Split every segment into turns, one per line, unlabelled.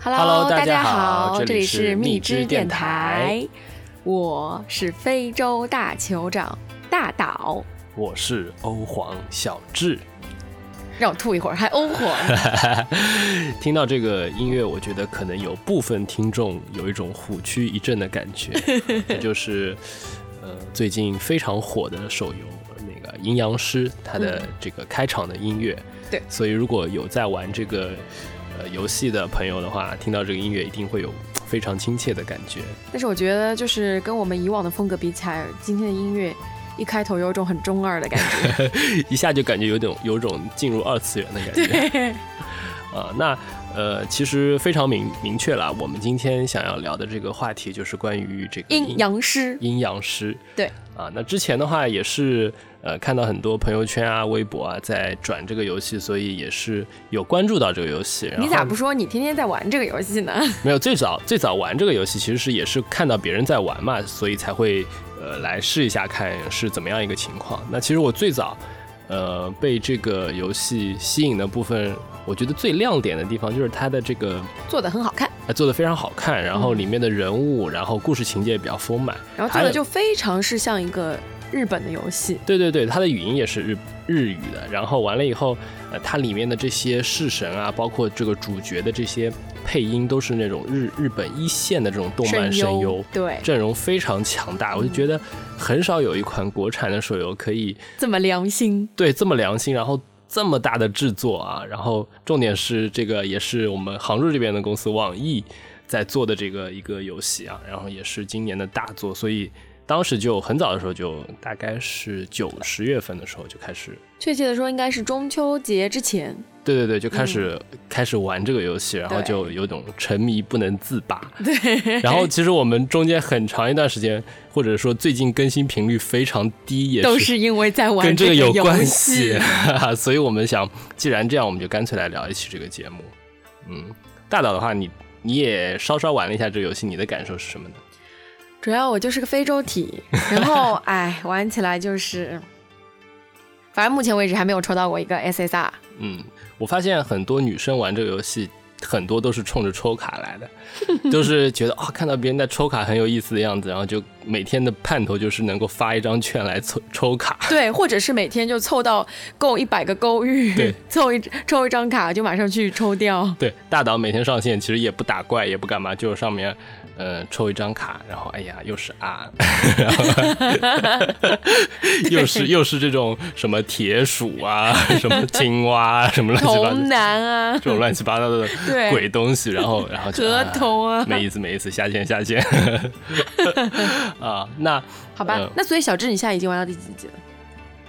Hello，
大
大
家
家
好
好，
这
这
里
里
是
是
蜜
蜜
汁电
汁电
台
台，
我是非洲大酋长大岛，
我是欧皇小智。
让我吐一会儿，还欧火，
听到这个音乐，我觉得可能有部分听众有一种虎躯一震的感 觉，这就是呃最近非常火的手游那个《阴阳师》它的这个开场的音乐。
对
所以如果有在玩这个呃游戏的朋友的话，听到这个音乐一定会有非常亲切的感觉。
但是我觉得就是跟我们以往的风格比起来，今天的音乐一开头有一种很中二的感觉，
一下就感觉有种有种进入二次元的感觉。 啊、那呃，其实非常明明确了，我们今天想要聊的这个话题就是关于这个
阴阳师，
阴阳师。
对
啊，那之前的话也是呃看到很多朋友圈啊、微博啊在转这个游戏，所以也是有关注到这个游戏。然后
你咋不说你天天在玩这个游戏呢？
没有，最早最早玩这个游戏其实是也是看到别人在玩嘛，所以才会呃来试一下看是怎么样一个情况。那其实我最早呃被这个游戏吸引的部分，我觉得最亮点的地方就是它的这个、
做的很好看，
呃、做的非常好看，然后里面的人物，然后故事情节也比较丰满，
然后做
还有
的就非常是像一个日本的游戏，
对对对，它的语音也是日日语的。然后完了以后，呃，它里面的这些式神啊，包括这个主角的这些配音，都是那种日日本一线的这种动漫声优，
对，
阵容非常强大。我就觉得很少有一款国产的手游可以
这么良心，
对这么良心，然后这么大的制作啊，然后重点是这个也是我们杭州这边的公司网易在做的这个一个游戏啊，然后也是今年的大作，所以当时就很早的时候就大概是九十月份的时候就开始，
确切的说应该是中秋节之前，
对对对，就开始、
嗯
开始玩这个游戏，然后就有种沉迷不能自拔。
对，
然后其实我们中间很长一段时间，或者说最近更新频率非常低，也
都
是
是因为在玩
跟这
个
个有
游
关
戏
系， 所以我们想，既然这样，我们就干脆来聊一期这个节目。嗯，大岛的话，你你也稍稍玩了一下这个游戏，你的感受是什么呢？
主要我就是个非洲体，然后哎，玩起来就是，反正目前为止还没有抽到过一个 SSR，
嗯，我发现很多女生玩这个游戏，很多都是冲着抽卡来 的，就是觉得哦，看到别人在抽卡很有意思的样子，然后就每天的盼头就是能够发一张券来抽抽卡。
对，或者是每天就凑到够一百个勾玉
对，
凑一抽一张卡就马上去抽掉。
对，大岛每天上线其实也不打怪，也不干嘛，就是上面，呃，抽一张卡，然后哎呀，又是啊， 然后又是又是这种什么铁鼠啊，什么青蛙啊，什么乱七八糟
童男啊，
这种乱七八糟的
对
鬼东西，然后然后就
合同啊
啊，没意思没意思，下线下线， 啊，那
好吧，
嗯
那所以小智你现在已经玩到第几集了？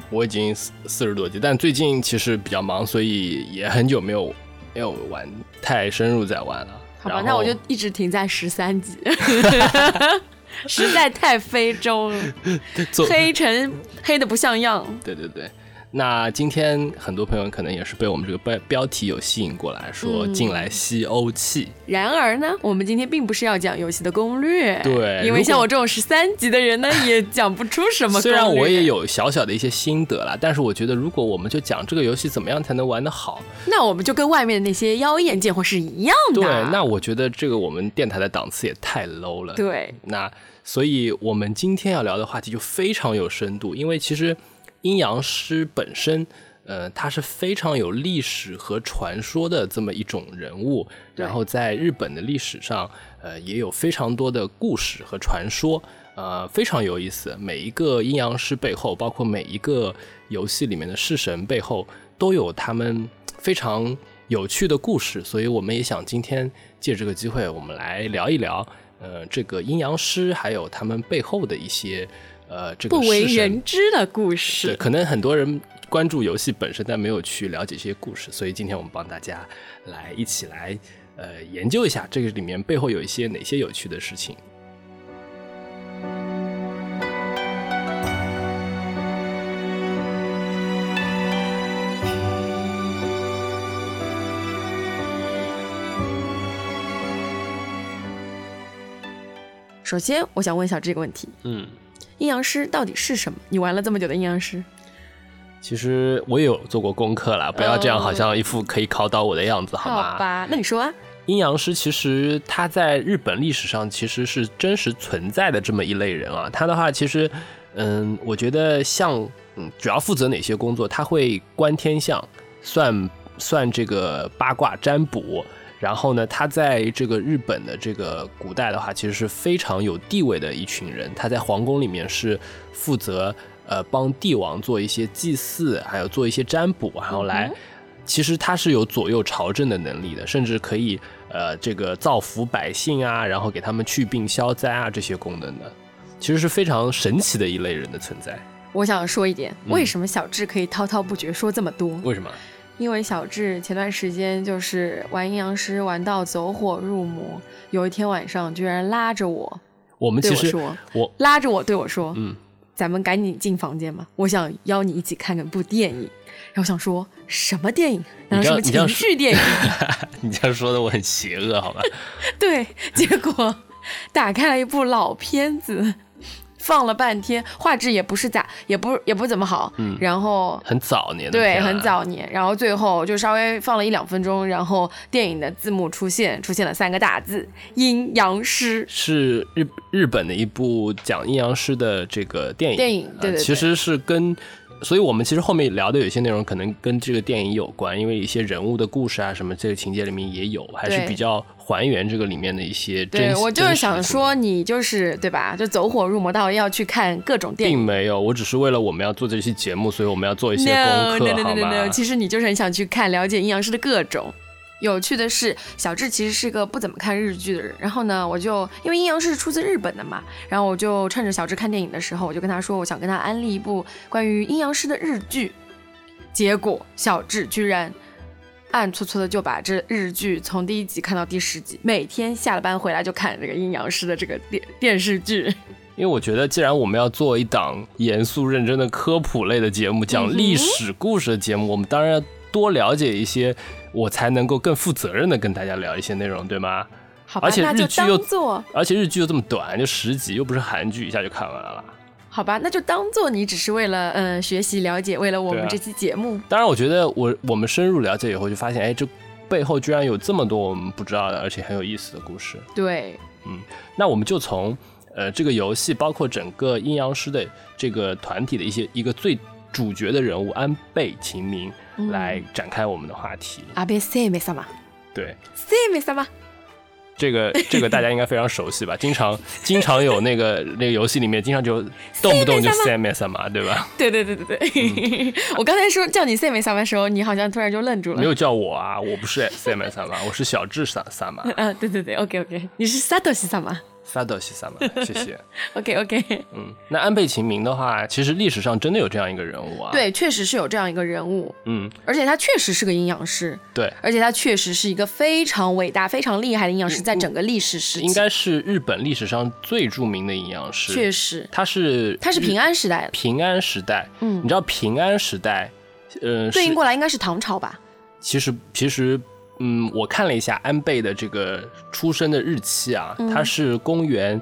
我已经四四十多集，但最近其实比较忙，所以也很久没有没有玩太深入在玩了。
好吧，
然
那我
后
就一直停在十三 集，实在太非洲 了，
做
黑成黑的不像样。
对对对。那今天很多朋友可能也是被我们这个标标题有吸引过来，说
嗯
进来吸欧气。
然而呢，我们今天并不是要讲游戏的攻略，
对
哎因为
呃如果
像我这种十三级的 人呢，也讲不出什么攻略。
虽然我也，有小小的一些心得啦，但是我觉得如果我们就讲这个游戏怎么样才能玩得好，
那我们就跟外面的那些妖艳贱货是一样的。
对，那我觉得这个我们电台的档次也太 low 了。
对，
那所以我们今天要聊的话题就非常有深度，因为其实阴阳师本身，呃，他是非常有历史和传说的这么一种人物，
对
然后在日本的历史上，呃，也有非常多的故事和传说。呃，非常有意思。每一个阴阳师背后，包括每一个游戏里面的式神背后，都有他们非常有趣的故事，所以我们也想今天借这个机会，我们来聊一聊，呃，这个阴阳师还有他们背后的一些，呃，这个
不为
式神
人知的故
对，
事。
可能很多人关注游戏本身，但没有去了解这些故事，所以今天我们帮大家来一起来，呃，研究一下这个里面背后有一些哪些有趣的事情。
首先，我想问小智一个问题：
嗯，
阴阳师到底是什么？你玩了这么久的阴阳师，
其实我也有做过功课啦，不要这样，好像一副可以考倒我的样子，好吗？
吧？那你说啊，
阴阳师其实他在日本历史上其实是真实存在的这么一类人啊。他的话其实，嗯，我觉得像嗯，主要负责哪些工作？他会观天象，算算这个八卦占卜。然后呢，他在这个日本的这个古代的话，其实是非常有地位的一群人。他在皇宫里面是负责呃帮帝王做一些祭祀，还有做一些占卜，然后
嗯
来，其实他是有左右朝政的能力的，甚至可以呃这个造福百姓啊，然后给他们去病消灾啊这些功能的，其实是非常神奇的一类人的存在。
我想说一点，
嗯
为什么小智可以滔滔不绝说这么多？
为什么？
因为小智前段时间就是玩阴阳师玩到走火入魔，有一天晚上居然拉着我，
我们
对
其
我
实
说，
我
拉着我对我说，
嗯，
咱们赶紧进房间吧，我想邀你一起看看部电影。然后我想说什么电影？难道什么
你这样
情绪电影？
你这样说的我很邪恶，好吧？
对，结果打开了一部老片子，放了半天，画质也不是咋，也不也不怎么好。
嗯
然后
很早年的
对，
片啊
很早年，然后最后就稍微放了一两分钟，然后电影的字幕出现，出现了三个大字“阴阳师
是日日本的一部讲阴阳师的这个电影，
电影对
呃
对对
其实是跟，所以我们其实后面聊的有些内容可能跟这个电影有关，因为一些人物的故事啊什么，这个情节里面也有，还是
对
比较还原这个里面的一些”真
对。我就是想，说，
真实的
你就是对吧？就走火入魔到要去看各种电
并
影。
没有，我只是为了我们要做这期节目，所以我们要做一些功
no
课
no no
好
no no
吗
no，其实你就是很想去看了解阴阳师的各种。有趣的是，小智其实是个不怎么看日剧的人。然后呢，我就因为阴阳师是出自日本的嘛，然后我就趁着小智看电影的时候，我就跟他说，我想跟他安利一部关于阴阳师的日剧。结果小智居然暗搓搓的就把这日剧从第一集看到第十集，每天下了班回来就看这个阴阳师的这个电电视剧。
因为我觉得，既然我们要做一档严肃认真的科普类的节目，讲历史故事的节目，我们当然要多了解一些，我才能够更负责任的跟大家聊一些内容，对吗？
好吧，
而且
那就
日剧又
当做
而且日剧又这么短，就十集，又不是韩剧一下就看完了。
好吧，那就当做你只是为了呃学习了解，为了我
对
们
啊
这期节目。
当然，我觉得我我们深入了解以后，就发现，哎，这背后居然有这么多我们不知道的，而且很有意思的故事。
对，
那我们就从呃这个游戏，包括整个阴阳师的这个团体的一些一个最主角的人物安倍晴明
嗯
来展开我们的话题。
阿贝塞美様，
对，
塞美様。
这个这个大家应该非常熟悉吧？经常经常有那个那个游戏里面经常就动不动就 Sam s a 嘛，对 吧？
对对对对对， 我刚才说叫你塞美様的时候，你好像突然就愣住
嗯没
了。
有叫我啊，我不是 Sam s a 我是小智萨萨玛，
啊，对对对，OK OK，你是萨多西様
萨德西萨玛，谢谢。
，OK OK，
嗯，那安倍晴明的话，其实历史上真的有这样一个人物啊。，
对，确实是有这样一个人物，
嗯，
而且他确实是个阴阳师，
对，
而且他确实是一个非常伟大、非常厉害的阴阳师，在整个历史时期，
嗯应该是日本历史上最著名的阴阳师。
确实，
他是
他是
日
平安时代的，
平安时代，
嗯
你知道平安时代，呃，
对
是
应过来应该是唐朝吧？
其实其实，嗯，我看了一下安倍的这个出生的日期啊，
嗯
他是公元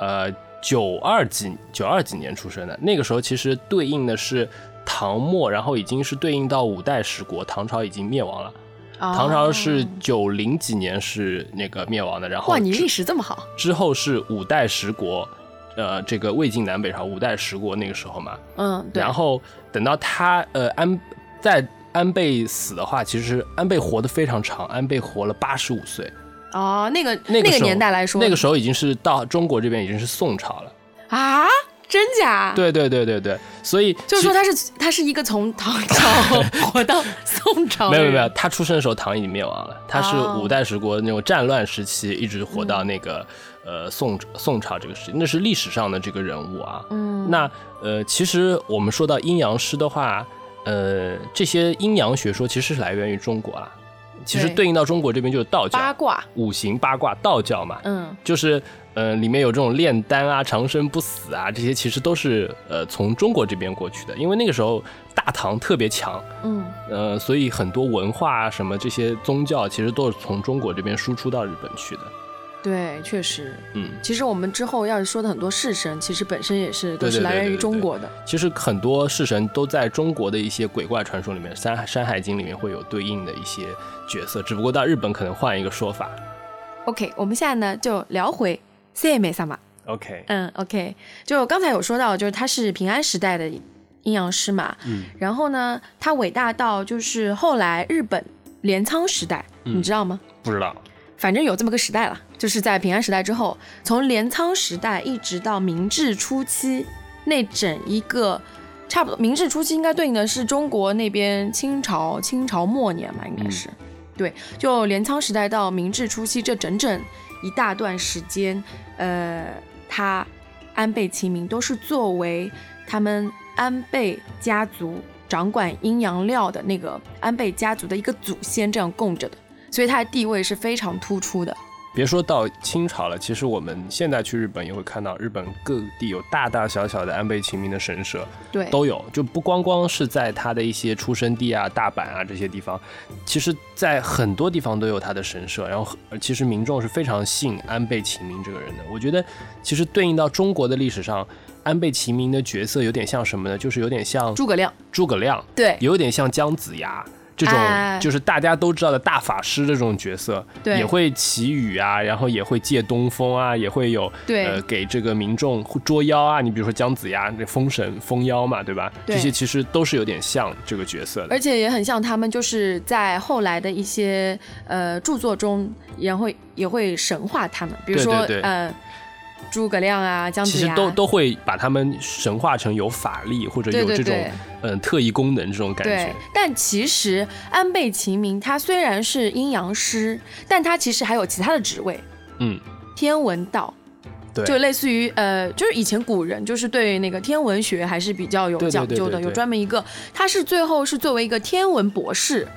呃九二几九二几年出生的，那个时候其实对应的是唐末，然后已经是对应到五代十国，唐朝已经灭亡了。唐朝是
哦
九零几年是那个灭亡的，然后
哇，你
之
历史这么好，
之后是五代十国，呃，这个魏晋南北朝五代十国那个时候嘛，
嗯，对
然，后等到他呃安在安倍死的话，其实安倍活得非常长，安倍活了八十五岁。
哦，那个
那个时候、
个年代来说，
那个时候已经是到中国这边已经是宋朝了。
啊，真假？，
对对对对对，所以
啊就是说
其
他是他是一个从唐 朝 活到宋朝
没
的人，
有没有没有，他出生的时候唐已经灭亡了，他是
哦嗯
五代十国那种战乱时期，一直活到那个、呃宋宋朝这个时期，那是历史上的这个人物啊。
嗯，
那呃，其实我们说到阴阳师的话，呃，这些阴阳学说其实是来源于中国啦。其实
对
对应到中国这边就是道
八
教、
卦，
五行八卦、道教嘛，
嗯，
就是呃里面有这种炼丹啊、长生不死啊，这些其实都是呃从中国这边过去的。因为那个时候大唐特别强，
嗯，
呃，所以很多文化啊什么这些宗教其实都是从中国这边输出到日本去的。
对，确实，
嗯，
其实我们之后要说的很多式神，其实本身也是都
对对
是
对
来源
对
于
对
中
对
国的。
其实很多式神都在中国的一些鬼怪传说里面，《山山海经》里面会有对应的一些角色，只不过到日本可能换一个说法。
OK，我们现在呢就聊回 C 美萨玛。
OK，
嗯，OK，就刚才有说到，就是他是平安时代的阴阳师嘛，
嗯，
然后呢，他伟大到就是后来日本镰仓时代，
嗯
你知道吗？
不知道。
反正有这么个时代了，就是在平安时代之后，从镰仓时代一直到明治初期，那整一个差不多，明治初期应该对应的是中国那边清朝清朝末年嘛，应该是，对，就镰仓时代到明治初期这整整一大段时间，呃，他安倍晴明都是作为他们安倍家族掌管阴阳料的那个安倍家族的一个祖先这样供着的。所以他的地位是非常突出的。
别说到清朝了，其实我们现在去日本也会看到，日本各地有大大小小的安倍晴明的神社
对，
都有，就不光光是在他的一些出生地啊、大阪啊这些地方，其实在很多地方都有他的神社。然后，呃其实民众是非常信安倍晴明这个人的。我觉得，其实对应到中国的历史上，安倍晴明的角色有点像什么呢？就是有点像
诸葛亮，
诸葛亮，
对
有点像姜子牙这种
哎，
就是大家都知道的大法师这种角色，
对
也会祈雨啊，然后也会借东风啊，也会有
对
呃给这个民众捉妖啊。你比如说姜子牙这封神封妖嘛，对吧？
对
这些其实都是有点像这个角色的
而。且也很像他们，就是在后来的一些呃著作中，然后也会神化他们，比如
对
说
对对
呃诸葛亮啊、姜
其
子
实
牙，
都都会把他们神化成有法力或者
对
有
对
这种
对
嗯、呃特异功能这种感
对
觉。。
但其实安倍晴明他虽然是阴阳师，但他其实还有其他的职位，
嗯，
天文道。
对
就类似于呃，就是以前古人就是对那个天文学还是比较有
对对对
讲究的，
对对
有专门一个，他是最后是作为一个天文博士，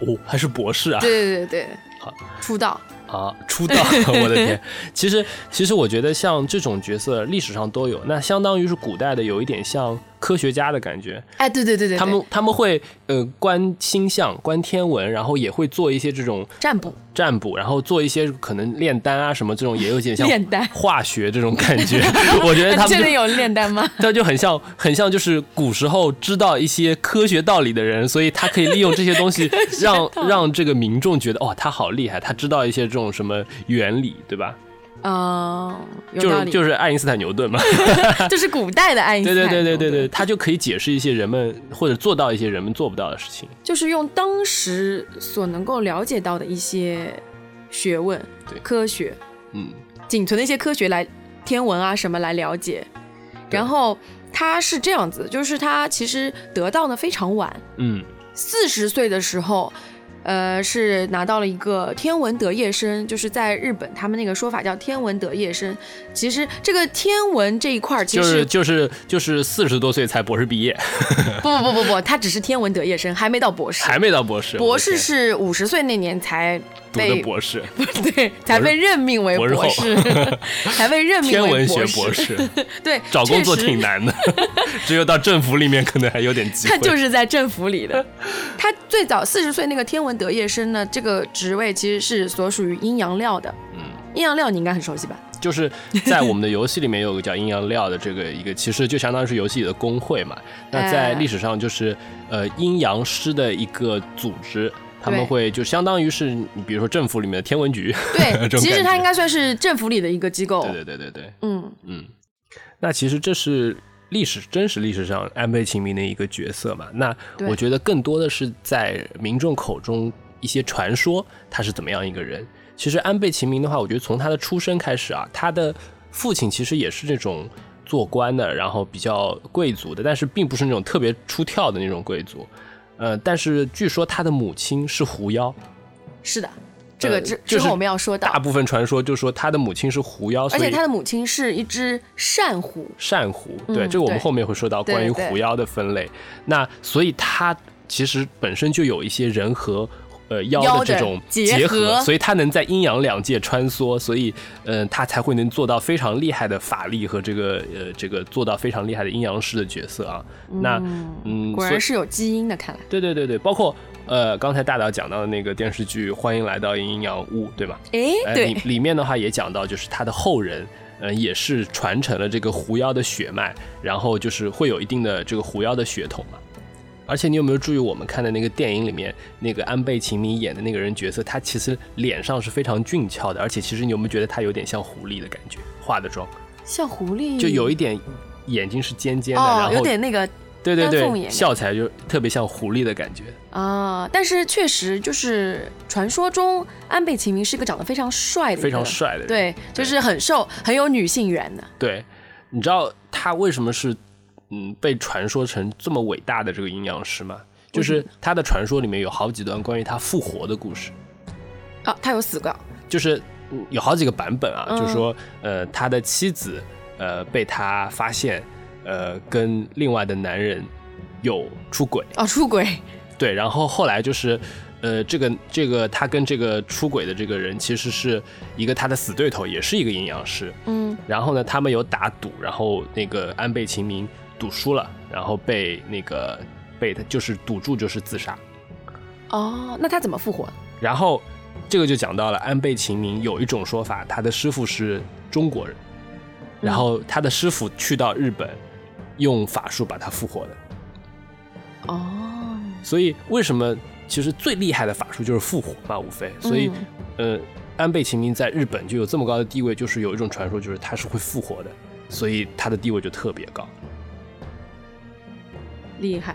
哦，还是博士 啊。
对对对对
好，
出道，
啊， 出道！我的天，其实其实我觉得像这种角色历史上都有，那相当于是古代的有一点像科学家的感觉，
哎，对对对对，
他们
对
他们会呃观星象、观天文，然后也会做一些这种
占卜，
占卜，然后做一些可能炼丹啊什么这种，也有点像
炼丹
化学这种感 觉。我觉得哎他们
真
就
的有炼丹吗？
他就很像，很像就是古时候知道一些科学道理的人，所以他可以利用这些东西 让让这个民众觉得哇、他好厉害，他知道一些这种什么原理，对吧？
嗯，有
就
道
是
理，
就是爱因斯坦牛 顿嘛，
这是古代的爱因斯
对对
坦，
对对
对
对对，，他就可以解释一些人们或者做到一些人们做不到的事情。
就是用当时所能够了解到的一些学问
对、
科学
嗯，
仅存的一些科学来天文啊什么来了解，
对
然后他是这样子，就是他其实得到的非常晚，
嗯，
四十岁的时候，呃，是拿到了一个天文德业生，就是在日本他们那个说法叫天文德业生。其实这个天文这一块儿，其
就
实、
是就是就是四十多岁才博士毕业，
不不不不不，他只是天文德业生，还没到博士。
还没到博士。
博士
我的
是五十岁那年才
天读
被
的博士，
对才被任命为
博士
博
后
士， 才被任命为
天文学
博
博
士。
士，
对，
找工作
确实
挺难的， 只有到政府里面可能还有点机
他
会。
就是在政府里 的。他最早四十岁那个天文德业生呢，这个职位其实是所属于阴阳料的。嗯，阴阳料你应该很熟 悉吧？
就是在我们的游戏里面有个叫阴阳料的这个一个，其实就相当于是游戏里的工会嘛。那
哎
在历史上就是呃阴阳师的一个组织，他们
对
会就相当于是你比如说政府里面的天文局。 这
对，
种
其实
感
它
觉
应该算是政府里的一个机构。
对对对对对，
嗯，
嗯，那其实这是历史真实历史上安倍晴明的一个角色嘛。那
对
我觉得更多的是在民众口中一些传说，他是怎么样一个人。其实安倍晴明的话，我觉得从他的出生开始啊，他的父亲其实也是这种做官的，然后比较贵族的，但是并不是那种特别出挑的那种贵族。呃，但是据说他的母亲是狐妖，
是的，这个
呃
之、
就
之
是
后我们要说到
大，部分传说就说他的母亲是狐妖，
而
所以
且他的母亲是一只扇狐。
扇狐，
嗯
对，这个我们
对
后面会说到
对
关于
对
狐妖的分类。那所以它其实本身就有一些人和呃妖
妖
的这
的
种
结
结
合
所以他能在阴阳两界穿梭，所以呃他才会能做到非常厉害的法力和这个呃这个做到非常厉害的阴阳师的角色啊。那嗯，
果
所以
然是有基因的，看来。
对对对对，包括呃刚才大导讲到的那个电视剧《欢迎来到阴阳屋》，对吗？
哎，
呃，
对，
里里面的话也讲到，就是他的后人，嗯、也是传承了这个狐妖的血脉，然后就是会有一定的这个狐妖的血统嘛。而且你有没有注意，我们看的那个电影里面，那个安倍晴明演的那个人角色，他其实脸上是非常俊俏的，而且其实你有没有觉得他有点像狐狸的感觉？化的妆
像狐狸
就有一点眼睛是尖尖的，
哦，
然
有
后
点那个
对对
丹凤眼
对，
的
笑起来就特别像狐狸的感觉。
啊，但是确实就是传说中安倍晴明是一个长得非常帅的，
非常，帅的人，
对，就是很瘦，很有女性缘的。
对，你知道他为什么是嗯被传说成这么伟大的这个阴阳师吗？就是他的传说里面有好几段关于他复活的故事，
啊，他有死过，
就是嗯有好几个版本啊，
嗯
就是说呃他的妻子呃被他发现呃跟另外的男人有出轨，
哦，出轨，
对，然后后来就是，呃，这个这个他跟这个出轨的这个人其实是一个他的死对头，也是一个阴阳师。
嗯，
然后呢，他们有打赌，然后那个安倍晴明赌输了，然后被那个被他就是赌注就是自杀。
哦，那他怎么复活？
然后这个就讲到了安倍晴明有一种说法，他的师傅是中国人，然后他的师傅去到日本，用法术把他复活的。
哦，
所以为什么其实最厉害的法术就是复活嘛，无非。所以，呃，安倍晴明在日本就有这么高的地位，就是有一种传说，就是他是会复活的，所以他的地位就特别高，
厉害，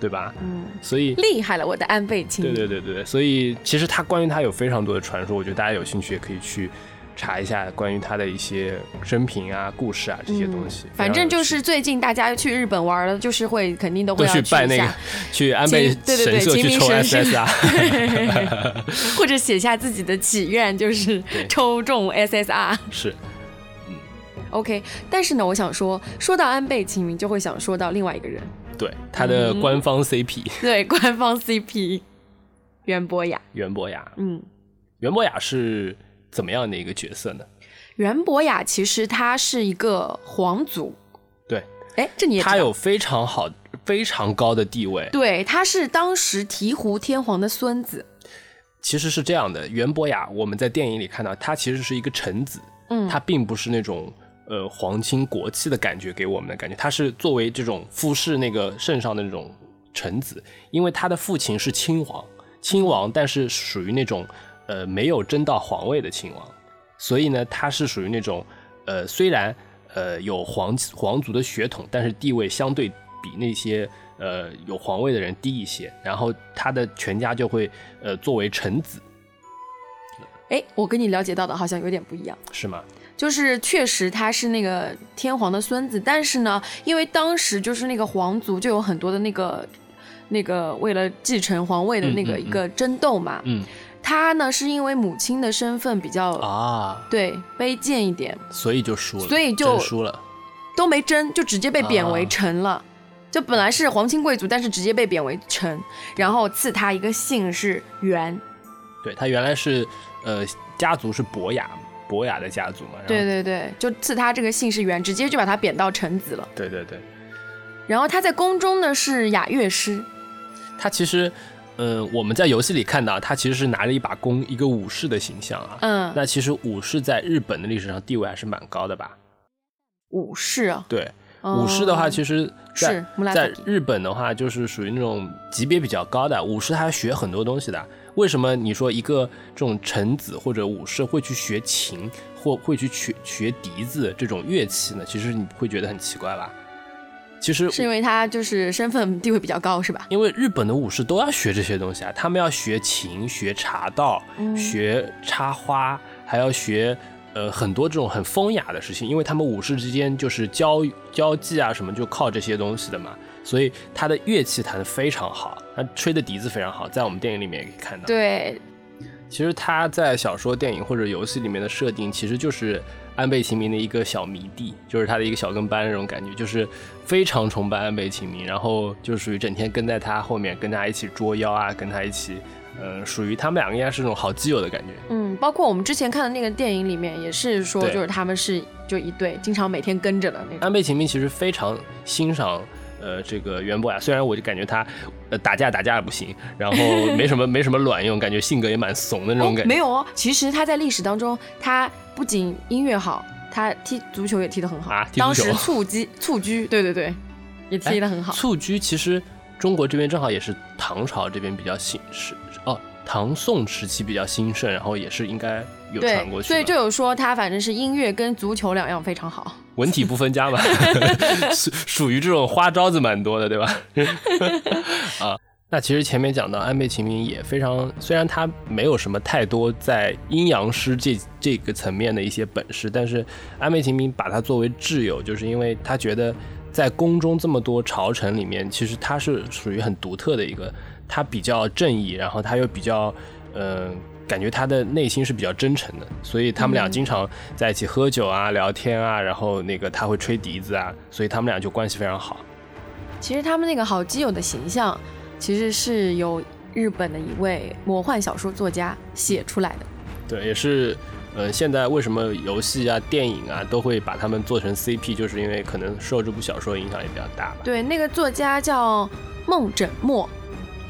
对吧？
嗯，
所以，
厉害了，我的安嗯倍晴
对
明。
对对对对，所以其实他关于他有非常多的传说，我觉得大家有兴趣也可以去查一下关于他的一些生平啊、故事啊这些东西。
反正就
非常有
是
趣。
最近大家去日本玩了，就是会肯定都
会
会要
去拜
一
那 个
下，，
去安倍
秦对对对
神社
秦
去
明
抽啊
神社
SSR，
或者写下自己的祈愿，就是
对
抽中 SSR。
是
OK，但是呢，我想说，说到安倍晴明，就会想说到另外一个人，
对他的
嗯
官方 CP
对，官方 CP 袁博雅。
袁博雅，
嗯，
袁博雅是怎么样的一个角色呢？
袁博雅其实她是一个皇族，
对，
哎，这你也知
他
道。
有非常好、非常高的地位。
对，她是当时醍醐天皇的孙子。
其实是这样的，袁博雅，我们在电影里看到，他其实是一个臣子，
嗯
他并不是那种呃皇亲国戚的感觉给我们的感觉，他是作为这种服侍那个圣上的那种臣子，因为他的父亲是亲王，亲王，但是属于那种呃没有争到皇位的亲王，所以呢，他是属于那种呃虽然呃有皇皇族的血统，但是地位相对比那些呃有皇位的人低一些，然后他的全家就会呃作为臣子，
哎，我跟你了解到的好像有点不一样，
是吗？
就是确实他是那个天皇的孙子，但是呢，因为当时就是那个皇族就有很多的那个那个为了继承皇位的那
嗯
个
嗯嗯
一个争斗嘛，
嗯
他呢是因为母亲的身份比较、
啊，
对卑贱一点，
所以就输了，
所以就
真输了。
都没争，就直接被贬为
啊
臣了。就本来是皇亲贵族，但是直接被贬为臣，然后赐他一个姓是元。
对他原来是呃家族是博雅，博雅的家族嘛。然后
对对对，就赐他这个姓是元，直接就把他贬到臣子了。
对对对，
然后他在宫中呢是雅乐师，
他其实呃我们在游戏里看到他其实是拿着一把弓，一个武士的形象啊。
嗯，
那其实武士在日本的历史上地位还是蛮高的吧？
武士啊，
对，
哦
武士的话，其实在
是穆拉萨
在
比
日本的话，就是属于那种级别比较高的武士，他要学很多东西的。为什么你说一个这种臣子或者武士会去学琴，或会去学学笛子这种乐器呢？其实你会觉得很奇怪吧？其实
是因为他就是身份地位比较高是吧？
因为日本的武士都要学这些东西啊，他们要学琴、学茶道、学插花，还要学呃很多这种很风雅的事情，因为他们武士之间就是交交际啊什么，就靠这些东西的嘛。所以他的乐器弹得非常好，他吹的笛子非常好，在我们电影里面也可以看到。
对，
其实他在小说、电影或者游戏里面的设定，其实就是安倍晴明的一个小迷弟，就是他的一个小跟班那种感觉，就是非常崇拜安倍晴明，然后就属于整天跟在他后面，跟他一起捉妖啊，跟他一起，呃，属于他们两个应该是那种好基友的感觉。
嗯，包括我们之前看的那个电影里面也是说，
对
就是他们是就一对，经常每天跟着的那种。
安倍晴明其实非常欣赏。呃，这个袁博雅，虽然我就感觉他，呃，打架打架也不行，然后没什么没什么卵用，感觉性格也蛮怂的那种感觉。
没有哦，其实他在历史当中，他不仅音乐好，他踢足球也踢得很好。
啊踢足
当
球
时蹴鞠，蹴鞠，对对对，也踢得很好。
蹴鞠其实中国这边正好也是唐朝这边比较兴是哦，唐宋时期比较兴盛，然后也是应该有传过
对，
去。
所以就有说他反正是音乐跟足球两样非常好。
文体不分 家嘛，属属于这种花招子蛮多的，对吧？啊，那其实前面讲到安倍晴明也非常，虽然他没有什么太多在阴阳师这这个层面的一些本事，但是安倍晴明把他作为挚友，就是因为他觉得在宫中这么多朝臣里面，其实他是属于很独特的一个，他比较正义，然后他又比较，嗯、感觉他的内心是比较真诚的，所以他们俩
嗯
经常在一起喝酒啊、聊天啊，然后那个他会吹笛子啊，所以他们俩就关系非常好。
其实他们那个好基友的形象，其实是由日本的一位魔幻小说作家写出来的。
对，也是，呃，现在为什么游戏啊、电影啊都会把他们做成 CP，就是因为可能受这部小说影响也比较大吧。
对，那个作家叫梦枕墨，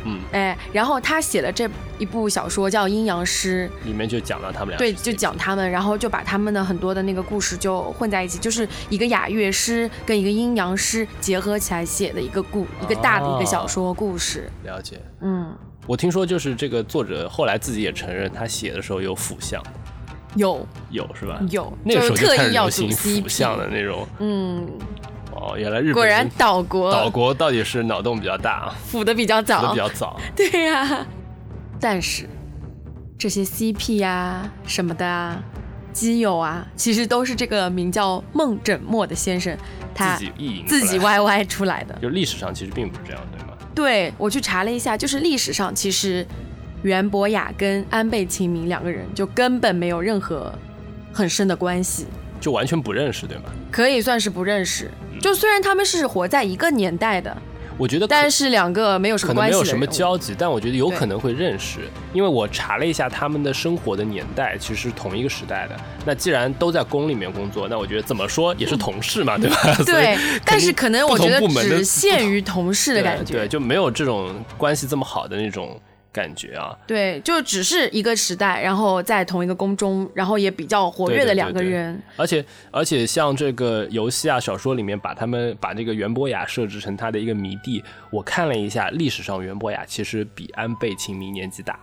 嗯，
哎，然后他写了这一部小说叫《阴阳师》，
里面就讲到他们俩
对，
是
就
CP
讲他们，然后就把他们的很多的那个故事就混在一起，就是一个雅乐师跟一个阴阳师结合起来写的一个故，一个大的一个小说故事。
了解。
哦嗯，
我听说就是这个作者后来自己也承认，他写的时候有腐相，
有
有是吧？
有，
那个时候
是特
开始
意要
流
组
行腐
CP
相的那种。
嗯，
哦，原来日本
果然
人
岛国
岛国到底是脑洞比较大啊，
腐的比较
死的
早
比，较早。
对呀、但是这些 CP 呀、什么的啊，基友啊，其实都是这个名叫孟枕墨的先生他
自己意淫出
自己
来
YY 出来的。
就历史上其实并不是这样，对吗？
对我去查了一下，就是历史上其实袁博雅跟安倍晴明两个人就根本没有任何很深的关系，
就完全不认识，对吗？
可以算是不认识。就虽然他们是活在一个年代的，
我觉得可
但是两个没有什
可
么
能没
关系
有
的
什么
人物嗯
交集，但我觉得有
对
可能会认识，因为我查了一下他们的生活的年代，其实是同一个时代的。那既然都在宫里面工作，那我觉得怎么说也是同事嘛，对吧？所以
嗯对，但是可能我觉得
不同部门的
只限于同事的感觉，
对，对就没有这种关系这么好的那种感觉啊。
对就只是一个时代，然后在同一个宫中，然后也比较活跃的两个人，
而且而且像这个游戏啊、小说里面把他们把这个袁博雅设置成他的一个迷弟，我看了一下，历史上袁博雅其实比安倍晴明年纪大，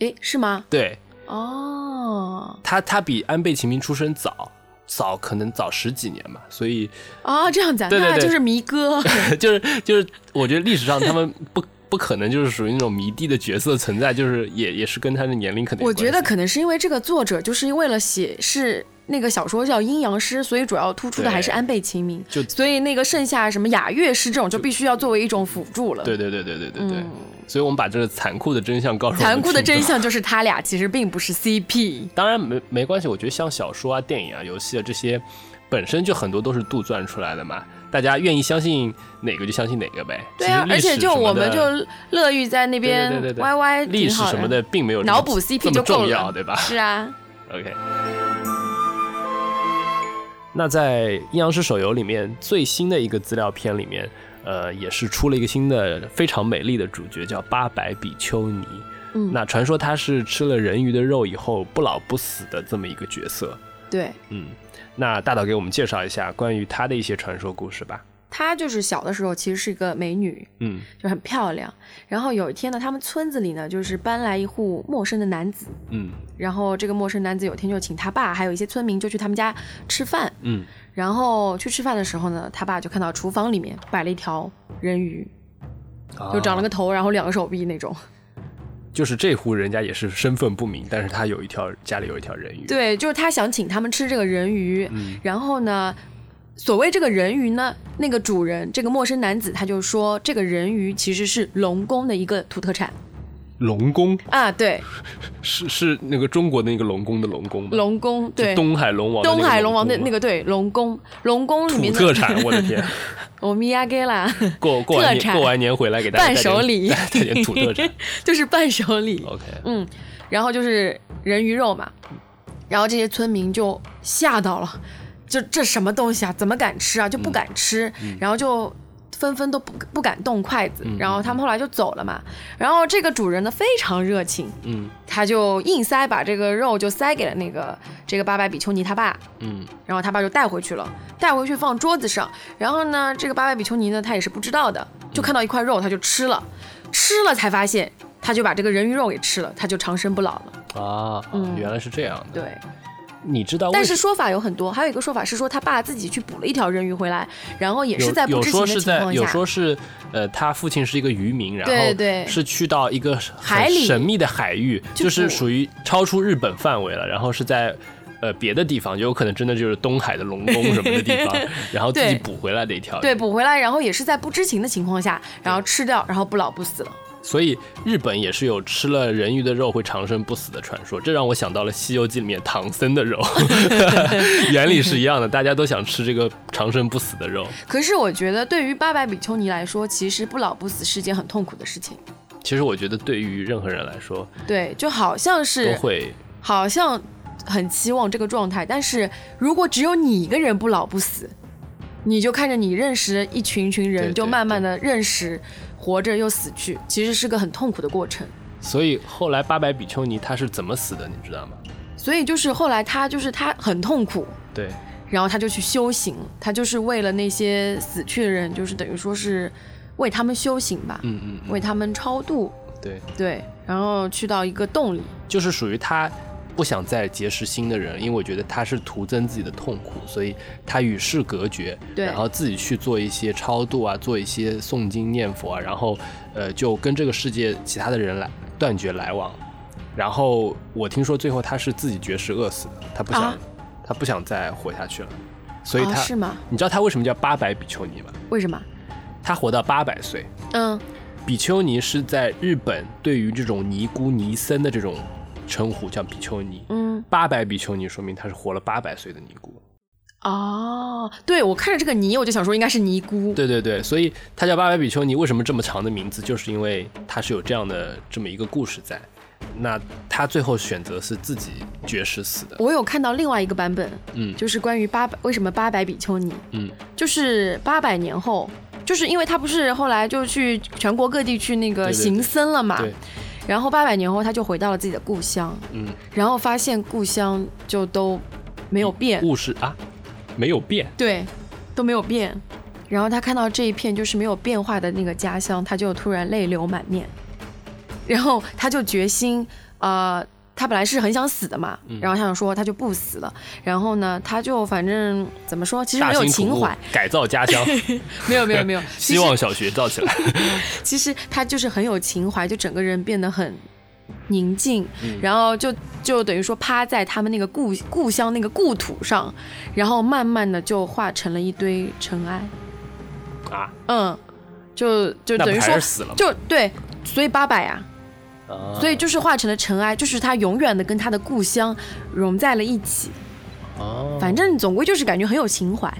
诶，是吗？
对
哦，
他他比安倍晴明出生早。早可能早十几年吧，所以
啊，这样子啊，
对对
那
对
就是迷哥，
就是就是，我觉得历史上他们不不可能就是属于那种迷弟的角色存在，就是也也是跟他的年龄可能有
我觉得
关系
可能是因为这个作者就是为了写是。那个小说叫《阴阳师》，所以主要突出的还是
对
安倍晴明，
就
所以那个剩下什么雅乐师这种就必须要作为一种辅助了。
对对对对对对对，
嗯
所以我们把这个残酷的真相告诉我们
残酷的
听众
真相就是他俩其实并不是 CP。
当然没没关系，我觉得像小说啊、电影啊、游戏啊这些，本身就很多都是杜撰出来的嘛，大家愿意相信哪个就相信哪个呗。
对啊，
其实
而
历史
且就
什么
我们
的
就乐于在那边
对对对对
YY
历
挺
史
好
什么的，并没有这么
脑补 CP
这么
就够
重
了
要，对吧
是啊，
？OK。那在《阴阳师手游》里面最新的一个资料片里面，呃，也是出了一个新的非常美丽的主角，叫八百比丘尼。
嗯
那传说他是吃了人鱼的肉以后不老不死的这么一个角色。
对。
嗯，那大岛给我们介绍一下关于他的一些传说故事吧。
她就是小的时候其实是一个美女，
嗯，
就很漂亮。然后有一天呢，他们村子里呢就是搬来一户陌生的男子，
嗯
然后这个陌生男子有一天就请他爸还有一些村民就去他们家吃饭。
嗯，
然后去吃饭的时候呢，他爸就看到厨房里面摆了一条人鱼，就长了个
个，
头，然后两个手臂那种。
啊就是这户人家也是身份不明，但是他有一条家里有一条人鱼。，
对，就是他想请他们吃这个人鱼，
嗯
然后呢，所谓这个人鱼呢，那个主人这个陌生男子他就说，这个人鱼其实是龙宫的一个土特产，
龙宫，
啊，对，
是是那个中国的那个龙宫的龙宫吧？
龙宫，对，
就东海龙王的那个
东海龙王的
宫吗
那个对龙宫，龙宫里
土
面
特
的
产，我的 天！
我们亚给啦，
过过完
特
年
产
过完年回来给大家
伴
带
手
点
礼
带点 土 特产。
就是伴手礼。
OK，
嗯，然后就是人鱼肉嘛，然后这些村民就吓到了，就这什么东西啊，怎么敢吃啊，就不敢吃，然后就。纷纷都不不敢动筷子，
嗯
然后他们后来就走了嘛。然后这个主人呢非常热情，
嗯
他就硬塞把这个肉就塞给了那个这个八百比丘尼他爸，
嗯
然后他爸就带回去了，带回去放桌子上。然后呢，这个八百比丘尼呢，他也是不知道的，就看到一块肉，他就吃了，吃了才发现，他就把这个人鱼肉给吃了，他就长生不老了。
啊，
嗯
原来是这样的。
对，
你知啊道为
但
什
是说法有很多，还有一个说法是说他爸自己去捕了一条人鱼回来，然后也
有
是在不
有
知
说
情的
是在
情况
有
下，
说是呃，他父亲是一个渔民，然
对
后
对
是去到一个很
海里
神秘的海域，
就
就是
不
属于超出日本范围了，然后是在。呃，别的地方就有可能真的就是东海的龙宫什么的地 方，然后自己
对
捕回来的一条鱼。
对，捕回来，然后也是在不知情的情况下，然后吃掉，然后不老不死了。
所以日本也是有吃了人鱼的肉会长生不死的传说，这让我想到了《西游记》里面唐僧的肉， 原理是一样的，大家都想吃这个长生不死的肉。
可是我觉得对于八百比丘尼来说，其实不老不死是件很痛苦的事情。
其实我觉得对于任何人来说
对，就好像
都
是
会，
好像很期望这个状态，但是如果只有你一个人不老不死，你就看着你认识一群一群
对
人，就
对
慢慢的认识活着又死去，其实是个很痛苦的过程。
所以后来八百比丘尼他是怎么死的，你知道吗？
所以就是后来他就是他很痛苦，
对，
然后他就去修行，他就是为了那些死去的人，就是等于说是为他们修行吧，
嗯嗯嗯，
为他们超度，
对，
对，然后去到一个洞里，
就是属于他不想再结识新的人，因为我觉得他是徒增自己的痛苦，所以他与世隔绝，
对
然后自己去做一些超度啊，做一些诵经念佛啊，然后呃就跟这个世界其他的人来断绝来往。然后我听说最后他是自己绝食饿死的，他不想、
啊
他不想再活下去了，所以
啊
他、
是吗？
你知道他为什么叫八百比丘尼吗？
为什么？
他活到八百岁，
嗯，
比丘尼是在日本对于这种尼姑、尼僧的这种称呼叫比丘尼。
嗯，
八百比丘尼说明她是活了八百岁的尼姑。
哦，对，我看着这个泥，我就想说应该是尼姑。
对对对，所以她叫八百比丘尼，为什么这么长的名字？就是因为她是有这样的这么一个故事在。那她最后选择是自己绝食死的。
我有看到另外一个版本，
嗯
就是关于八百为什么八百比丘尼，
嗯，
就是八百年后，就是因为他不是后来就去全国各地去那
对
个
对
行僧了嘛，
对，
然后八百年后他就回到了自己的故乡，
嗯，
然后发现故乡就都没有变，
故事啊没有变。
对，都没有变。然后他看到这一片就是没有变化的那个家乡，他就突然泪流满面。然后他就决心，呃，他本来是很想死的嘛，
嗯
然后他想说他就不死了。然后呢，他就反正怎么说，其实
大
没有
兴土
情
木
怀，，
改造家 乡，
没有没有没 有，其
希
实
望小学造起来。
其实他就是很有情怀，就整个人变得很宁静，
嗯
然后就就等于说趴在他们那个故故乡那个故土上，然后慢慢的就化成了一堆尘埃。
啊，
嗯，就就
那
等
不
于
还
说
是死了吗？
就对，所以八百呀、
啊
所以就是化成了尘埃，就是他永远的跟他的故乡融在了一起。
哦
反正总归就是感觉很有情怀。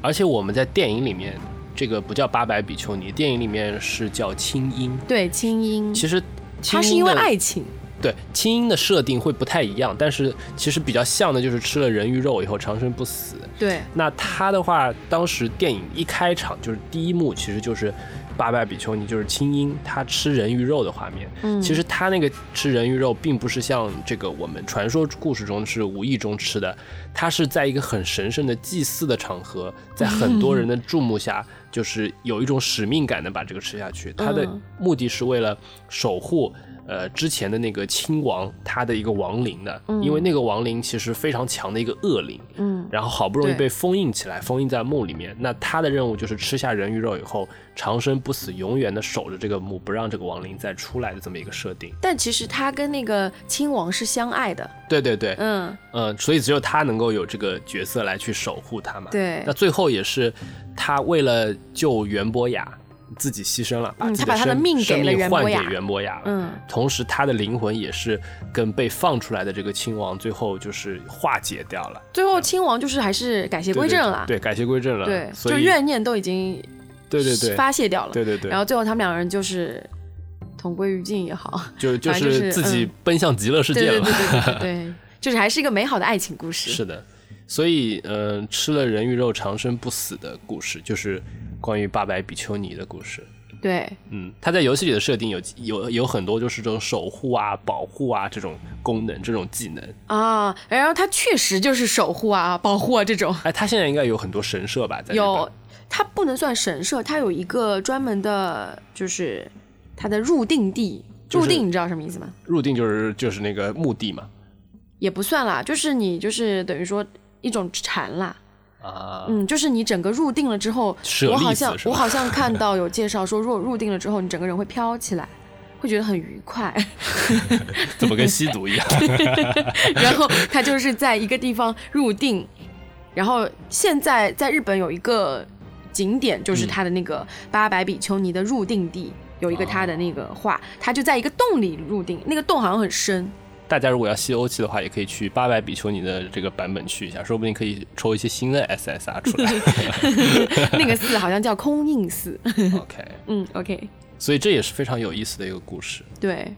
而且我们在电影里面，这个不叫八百比丘尼，电影里面是叫清音。
对，清音，
其实清
他
音
是因为
的
爱情，
对清音的设定会不太一样，但是其实比较像的就是吃了人鱼肉以后长生不死。
对
那他的话，当时电影一开场就是第一幕，其实就是八百比丘尼，就是清音他吃人鱼肉的画面。
嗯
其实他那个吃人鱼肉，并不是像这个我们传说故事中是无意中吃的，他是在一个很神圣的祭祀的场合，在很多人的注目下，就是有一种使命感的把这个吃下去。他的
嗯
目的是为了守护。呃，之前的那个亲王，他的一个亡灵的，因为那个亡灵其实非常强的一个恶灵，
嗯，
然后好不容易
对
被封印起来，封印在墓里面。那他的任务就是吃下人鱼肉以后，长生不死，永远的守着这个墓，不让这个亡灵再出来的这么一个设定。
但其实他跟那个亲王是相爱的。
对对对，
嗯，
嗯，所以只有他能够有这个角
啊
色来去守护他嘛。
对
那最后也是他为了救袁博雅，自己牺牲了，把
嗯
自己
他把他的
生
命
生
给了
命
袁
换
博
给
雅
袁博雅了。
嗯，
同时他的灵魂也是跟被放出来的这个亲王最后就是化解掉了，
最后亲王就是还是改邪
对
归
对
正了，
对，改邪归正了，所
就
以
怨念都已经
对对对
发泄掉了，
对对对，
然后最后他们两人就是同归于尽也好，
就就
反正就是
是自己
嗯
奔向极 乐世
对
界
对
了
对。对对 对，就是还是一个美好的爱情故事，
是的，所以呃，吃了人鱼肉长生不死的故事，就是关于八百比丘尼的故事。
对
嗯，它在游戏里的设定有有有很多就是这种守护啊、保护啊这种功能、这种技能。
啊，然后他确实就是守护啊、保护啊这种，
哎，它现在应该有很多神社吧？在日本
有，它不能算神社，它有一个专门的，就是它的入定地。
就是
入定你知道什么意思吗？
入定就是就是那个墓地嘛。
也不算啦，就是你就是等于说一种禅啦，
啊，
嗯，就是你整个入定了之后
舍，
我
利
好
子
像
是
我
吧
好像 看到有介绍说，若入定了之后，你整个人会飘起来，会觉得很愉快。
怎么跟吸毒一样？
然后他就是在一个地方入定，然后现在在日本有一个景点，
嗯
就是他的那个八百比丘尼的入定地，有一个他的那个
哦
画，他就在一个洞里入定，那个洞好像很 深，
大家如果要吸欧气的话，也可以去八百比丘尼的这个版本去一下，说不定可以抽一些新的 SSR 出 来。
那个寺好像叫空印寺。
OK，
嗯，OK，
所以这也是非常有意思的一个故事。
对，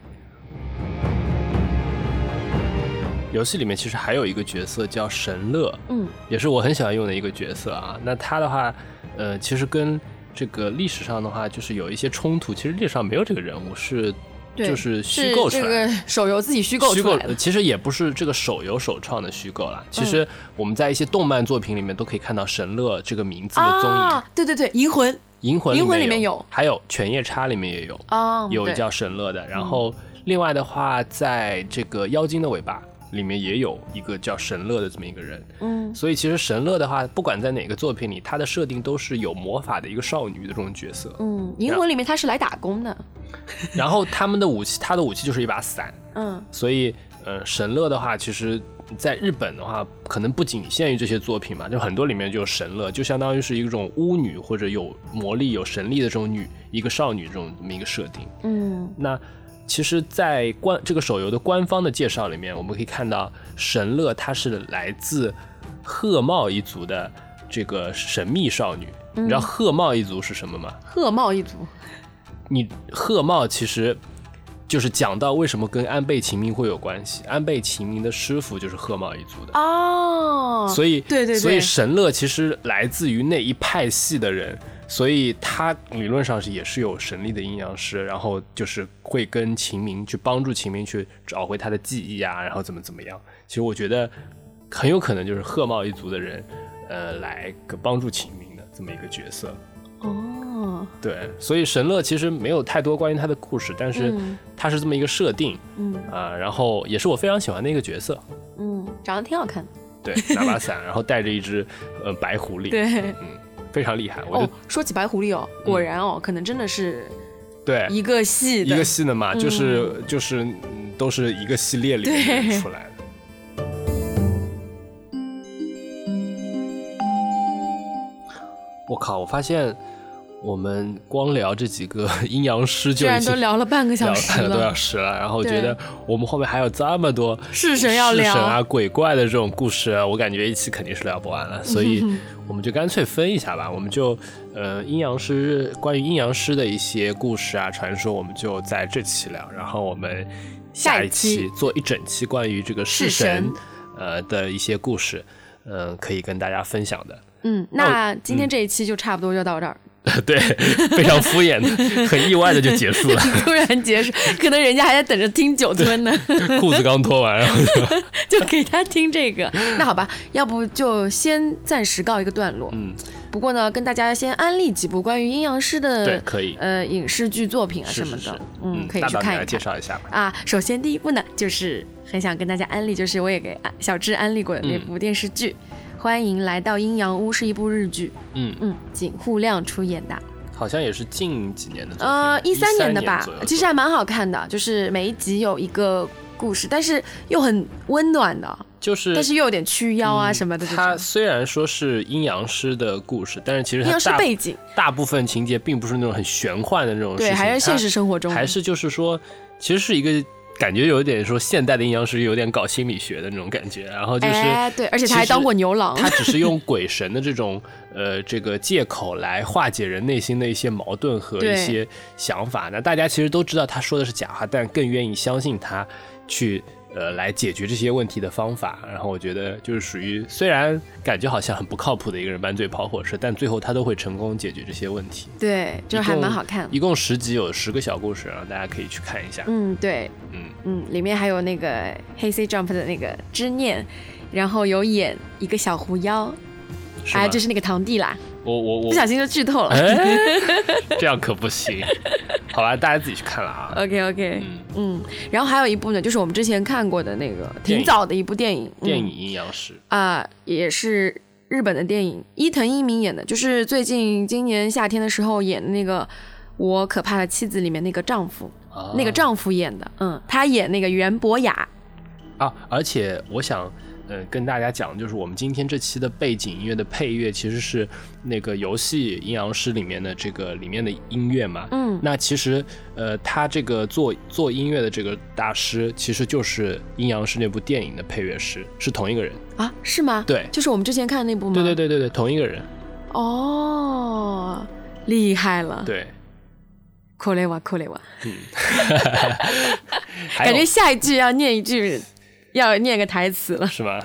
游戏里面其实还有一个角色叫神乐，
嗯
也是我很喜欢用的一个角色啊。那他的话，呃，其实跟这个历史上的话，就是有一些冲突。其实历史上没有这个人物，是
对，
就是虚构出
这
来
个
的。
手游自己虚构
虚
出
构
来的。嗯
其实也不是这个手游首创的虚构啦。其实我们在一些动漫作品里面都可以看到神乐这个名字的踪影，
啊，对对对，银魂
银魂》
银魂里面
有
有，
还有《犬夜叉》里面也有，
啊，
有
对嗯
叫神乐的。然后另外的话，在这个《妖精的尾巴》里面也有一个叫神乐的这么一个人。
嗯
所以其实神乐的话，不管在哪个作品里，她的设定都是有魔法的一个少女的这种角色。
嗯，银魂里面他是来打工的，
然后他们的武器，她的武器就是一把伞。
嗯
所以，呃，神乐的话，其实在日本的话，可能不仅限于这些作品嘛，就很多里面就有神乐，就相当于是一种巫女或者有魔力、有神力的这种女，一个少女这种这么一个设定。
嗯
那其实，在官这个手游的官方的介绍里面，我们可以看到神乐她是来自鹤茂一族的这个神秘少女。你知道鹤茂一族是什么吗？
鹤茂一族，
你鹤茂其实就是讲到为什么跟安倍晴明会有关系，安倍晴明的师傅就是鹤茂一族的。
哦，
所以，
对对对
所以神乐其实来自于那一派系的人，所以他理论上是也是有神力的阴阳师，然后就是会跟秦明去帮助秦明去找回他的记忆啊，然后怎么怎么样。其实我觉得很有可能就是鹤茂一族的人，呃，来个帮助秦明的这么一个角色。
哦，
对，所以神乐其实没有太多关于他的故事，但是
嗯
他是这么一个设定
嗯
啊、然后也是我非常喜欢的一个角色，
嗯，长得挺好看的。
对，拿把伞，然后带着一只呃白狐狸，
对，
嗯非常厉害，我就、嗯
哦，说起白狐狸哦，果然哦，可能真的是
对
一个嗯系
哎一
的
个，系的嘛，就是、就是嗯都是一个系列里面
对
出来的。我靠！我发现我们光聊这几个阴阳师
居
就已
然
经
都聊了半个小
聊
时
半个多小
了，
时了，然后
对
觉得我们后面还有这么多
是神要聊
式神啊、鬼怪的这种故事啊，我感觉一期肯定是聊不完了，所 以我们就干脆分一下吧，我们就呃阴阳师关于阴阳师的一些故事啊、传说，我们就在这期聊，然后我们下一
下
期
一
做一整期关于这个式
式神
神呃的一些故事，嗯、可以跟大家分享的。
嗯，那今天这一期就差不多就到这儿，
对，非常敷衍的，很意外的就结束 了，
突然结束，可能人家还在等着听酒吞呢，
裤子刚脱完，然后就
就给他听这 个。那好吧，要不就先暂时告一个段落。
嗯，
不过呢，跟大家先安利几部关于阴阳师
对，
的
可以。
呃影视剧作品啊
是
什么
是
的，
是，
嗯，可以
大
去
宝你
看
来
一
介
看。
绍一下吧。
啊，首先第一部呢，就是很想跟大家安利，就是我也给安小智安利过的那
嗯
部电视剧，欢迎来到阴阳屋》，是一部日剧，
嗯，
嗯，井户亮出演的，
好像也是近几年的作品，
呃，一三
13
年
年
的吧
左右，
其实还蛮好看的，就是每一集有一个故事，但是又很温暖的，
就是
但是又有点曲腰啊什么的这
嗯它
种。
虽然说是阴阳师的故事，但是其实
阴
它
阳师
大
背景，
大部分情节并不是那种很玄幻的那种事
对，
情，
还是现
它
实生活中的
还是就是说，其实是一个感觉有点说现代的阴阳师有点搞心理学的那种感觉，然后就是、
哎对而且他还
其实
当过牛郎
他只是用鬼神的这种呃这个借口来化解人内心的一些矛盾和
对
一些想法。那大家其实都知道他说的是假话，但更愿意相信他去。呃，来解决这些问题的方法，然后我觉得就是属于虽然感觉好像很不靠谱的一个人搬队跑火车，但最后他都会成功解决这些问题。
对， 就是还
一共
蛮好看。
一共十集，有十个小故事，然后大家可以去看一下。
嗯，对，
嗯，
嗯，里面还有那个黑 C Jump 的那个知念，然后有演一个小狐妖，
是
哎，
吗？
就是那个堂弟啦，
我我我
不，小心就剧透了。
哎，这样可不 行。好吧，大家自己去看了啊。
OK OK，
嗯，
嗯，然后还有一部呢，就是我们之前看过的那个
电
挺
影
早的一部电影，
电影
嗯
《阴阳师》
啊、也是日本的电影，伊藤英明演的，就是最近今年夏天的时候演的那个《我可怕的妻子》里面那个丈夫，
啊
那个丈夫演的，哦嗯，他演那个袁博雅，
啊，而且我想。呃，跟大家讲，就是我们今天这期的背景音乐的配乐其实是那个游戏《阴阳师》里面的这个里面的音乐嘛。
嗯，
那其实，呃，他这个做做音乐的这个大师，其实就是《阴阳师》那部电影的配乐师，是同一个人。
啊，是吗？
对
就是我们之前看的那部吗？
对对，对对对，同一个人。
哦，厉害了，，
对，
可雷瓦可雷瓦，
嗯，还有
感觉下一句要念一句，要念个台词了，
是吗？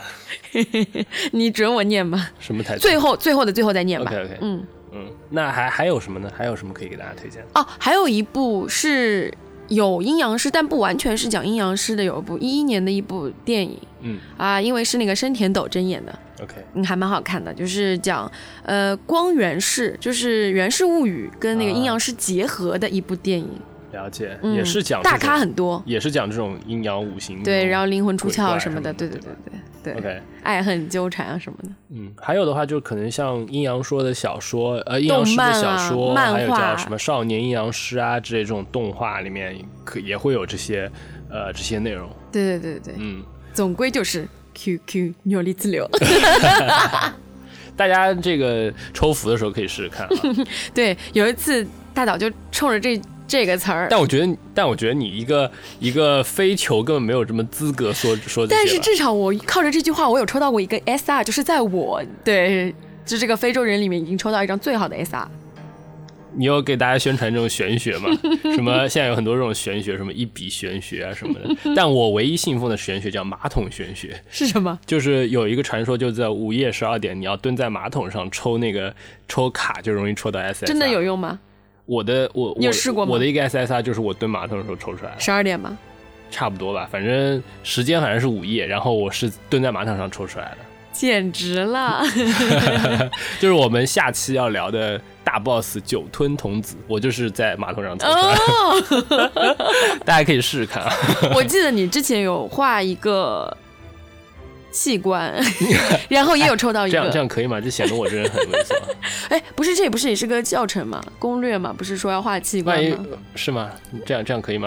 你准我念吗？
什么台词？
最后最后的最后再念吧
哎 OK，OK
嗯。
嗯，那还还有什么呢？还有什么可以给大家推荐？
哦，还有一部是有阴阳师，但不完全是讲阴阳师的，有一部一一年的一部电影
嗯
啊，因为是那个深田斗真演的，
，OK，
嗯，还蛮好看的，就是讲呃光源氏，就是《源氏物语》跟那个阴阳师结合的一部电影，
了解，
嗯，
啊也是讲
大
这种
咖很多，
也是讲这种阴阳五行这
对，
种
然后灵魂出
鬼
窍
怪
什么的，
什
对
么的
对对对对，
OK，
爱恨纠缠啊什么的，
嗯，还有的话就是可能像阴阳说的小说，呃，阴阳师的
漫
小
啊
说，
漫
还有
画
叫什么少年阴阳师啊之类这种动画里面可也会有这些呃这些内容。
对对对对对，
嗯，
总归就是 QQ 扭力自流。
大家这个抽福的时候可以试 试看啊。
对，有一次大岛就冲着这这个词儿，
但我觉得，但我觉得你一个一个非球根本没有什么资格说说这些吧。
但是至少我靠着这句话，我有抽到过一个 SR，就是在我对就这个非洲人里面已经抽到一张最好的 SR。
你有给大家宣传这种玄学 吗？什么现在有很多这种玄学，什么一笔玄学啊什么的。但我唯一信奉的玄学叫马桶玄学，
是什么？
就是有一个传说，就在午夜十二点，你要蹲在马桶上抽那个抽卡，就容易抽到 S S。
真的有？用吗？
我的我
你有
我
试过吗
我的一个 S S R 就是我蹲马桶的时候抽出来的，
十二点吗？
差不多吧，反正时间反正是午夜，然后我是蹲在马桶上抽出来的。
简直 了！
就是我们下期要聊的大 boss 酒吞童子，我就是在马桶上抽出来的，
哦，
大家可以试试看啊。
我记得你之前有画一个器 官，然后也有抽到哦一
这样这
个。
样可以吗？这显得我这人很猥 琐。
哎，不是，这也不是也是个教程吗？攻略吗？不是说要画器官
万一
吗？
是吗？这样这样可以吗？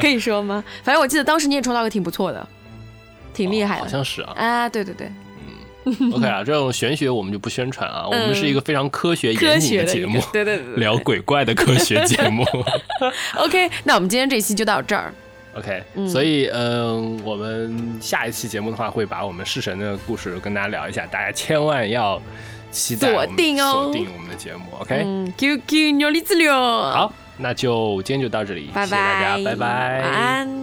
可以说吗？反正我记得当时你也抽到个挺不错的， 挺厉害
好
的。
像是啊。
啊，对对对，
OK 啊，这种玄学我们就不宣传啊，我们
嗯
是一个非常科学
科
严谨
学
的
的一
节
个
目，
对对对对，
聊鬼怪的科学节 目。
OK，那我们今天这一期就到这儿。
OK，所以嗯，我们下一期节目的话，会把我们弑神的故事跟大家聊一下，大家千万要期待我们
锁定哦
锁定我们的节目。OK，
嗯，QQ 牛力自流，，
好，那就今天就到这里，
拜
谢谢大
拜，
家，拜拜，
晚安。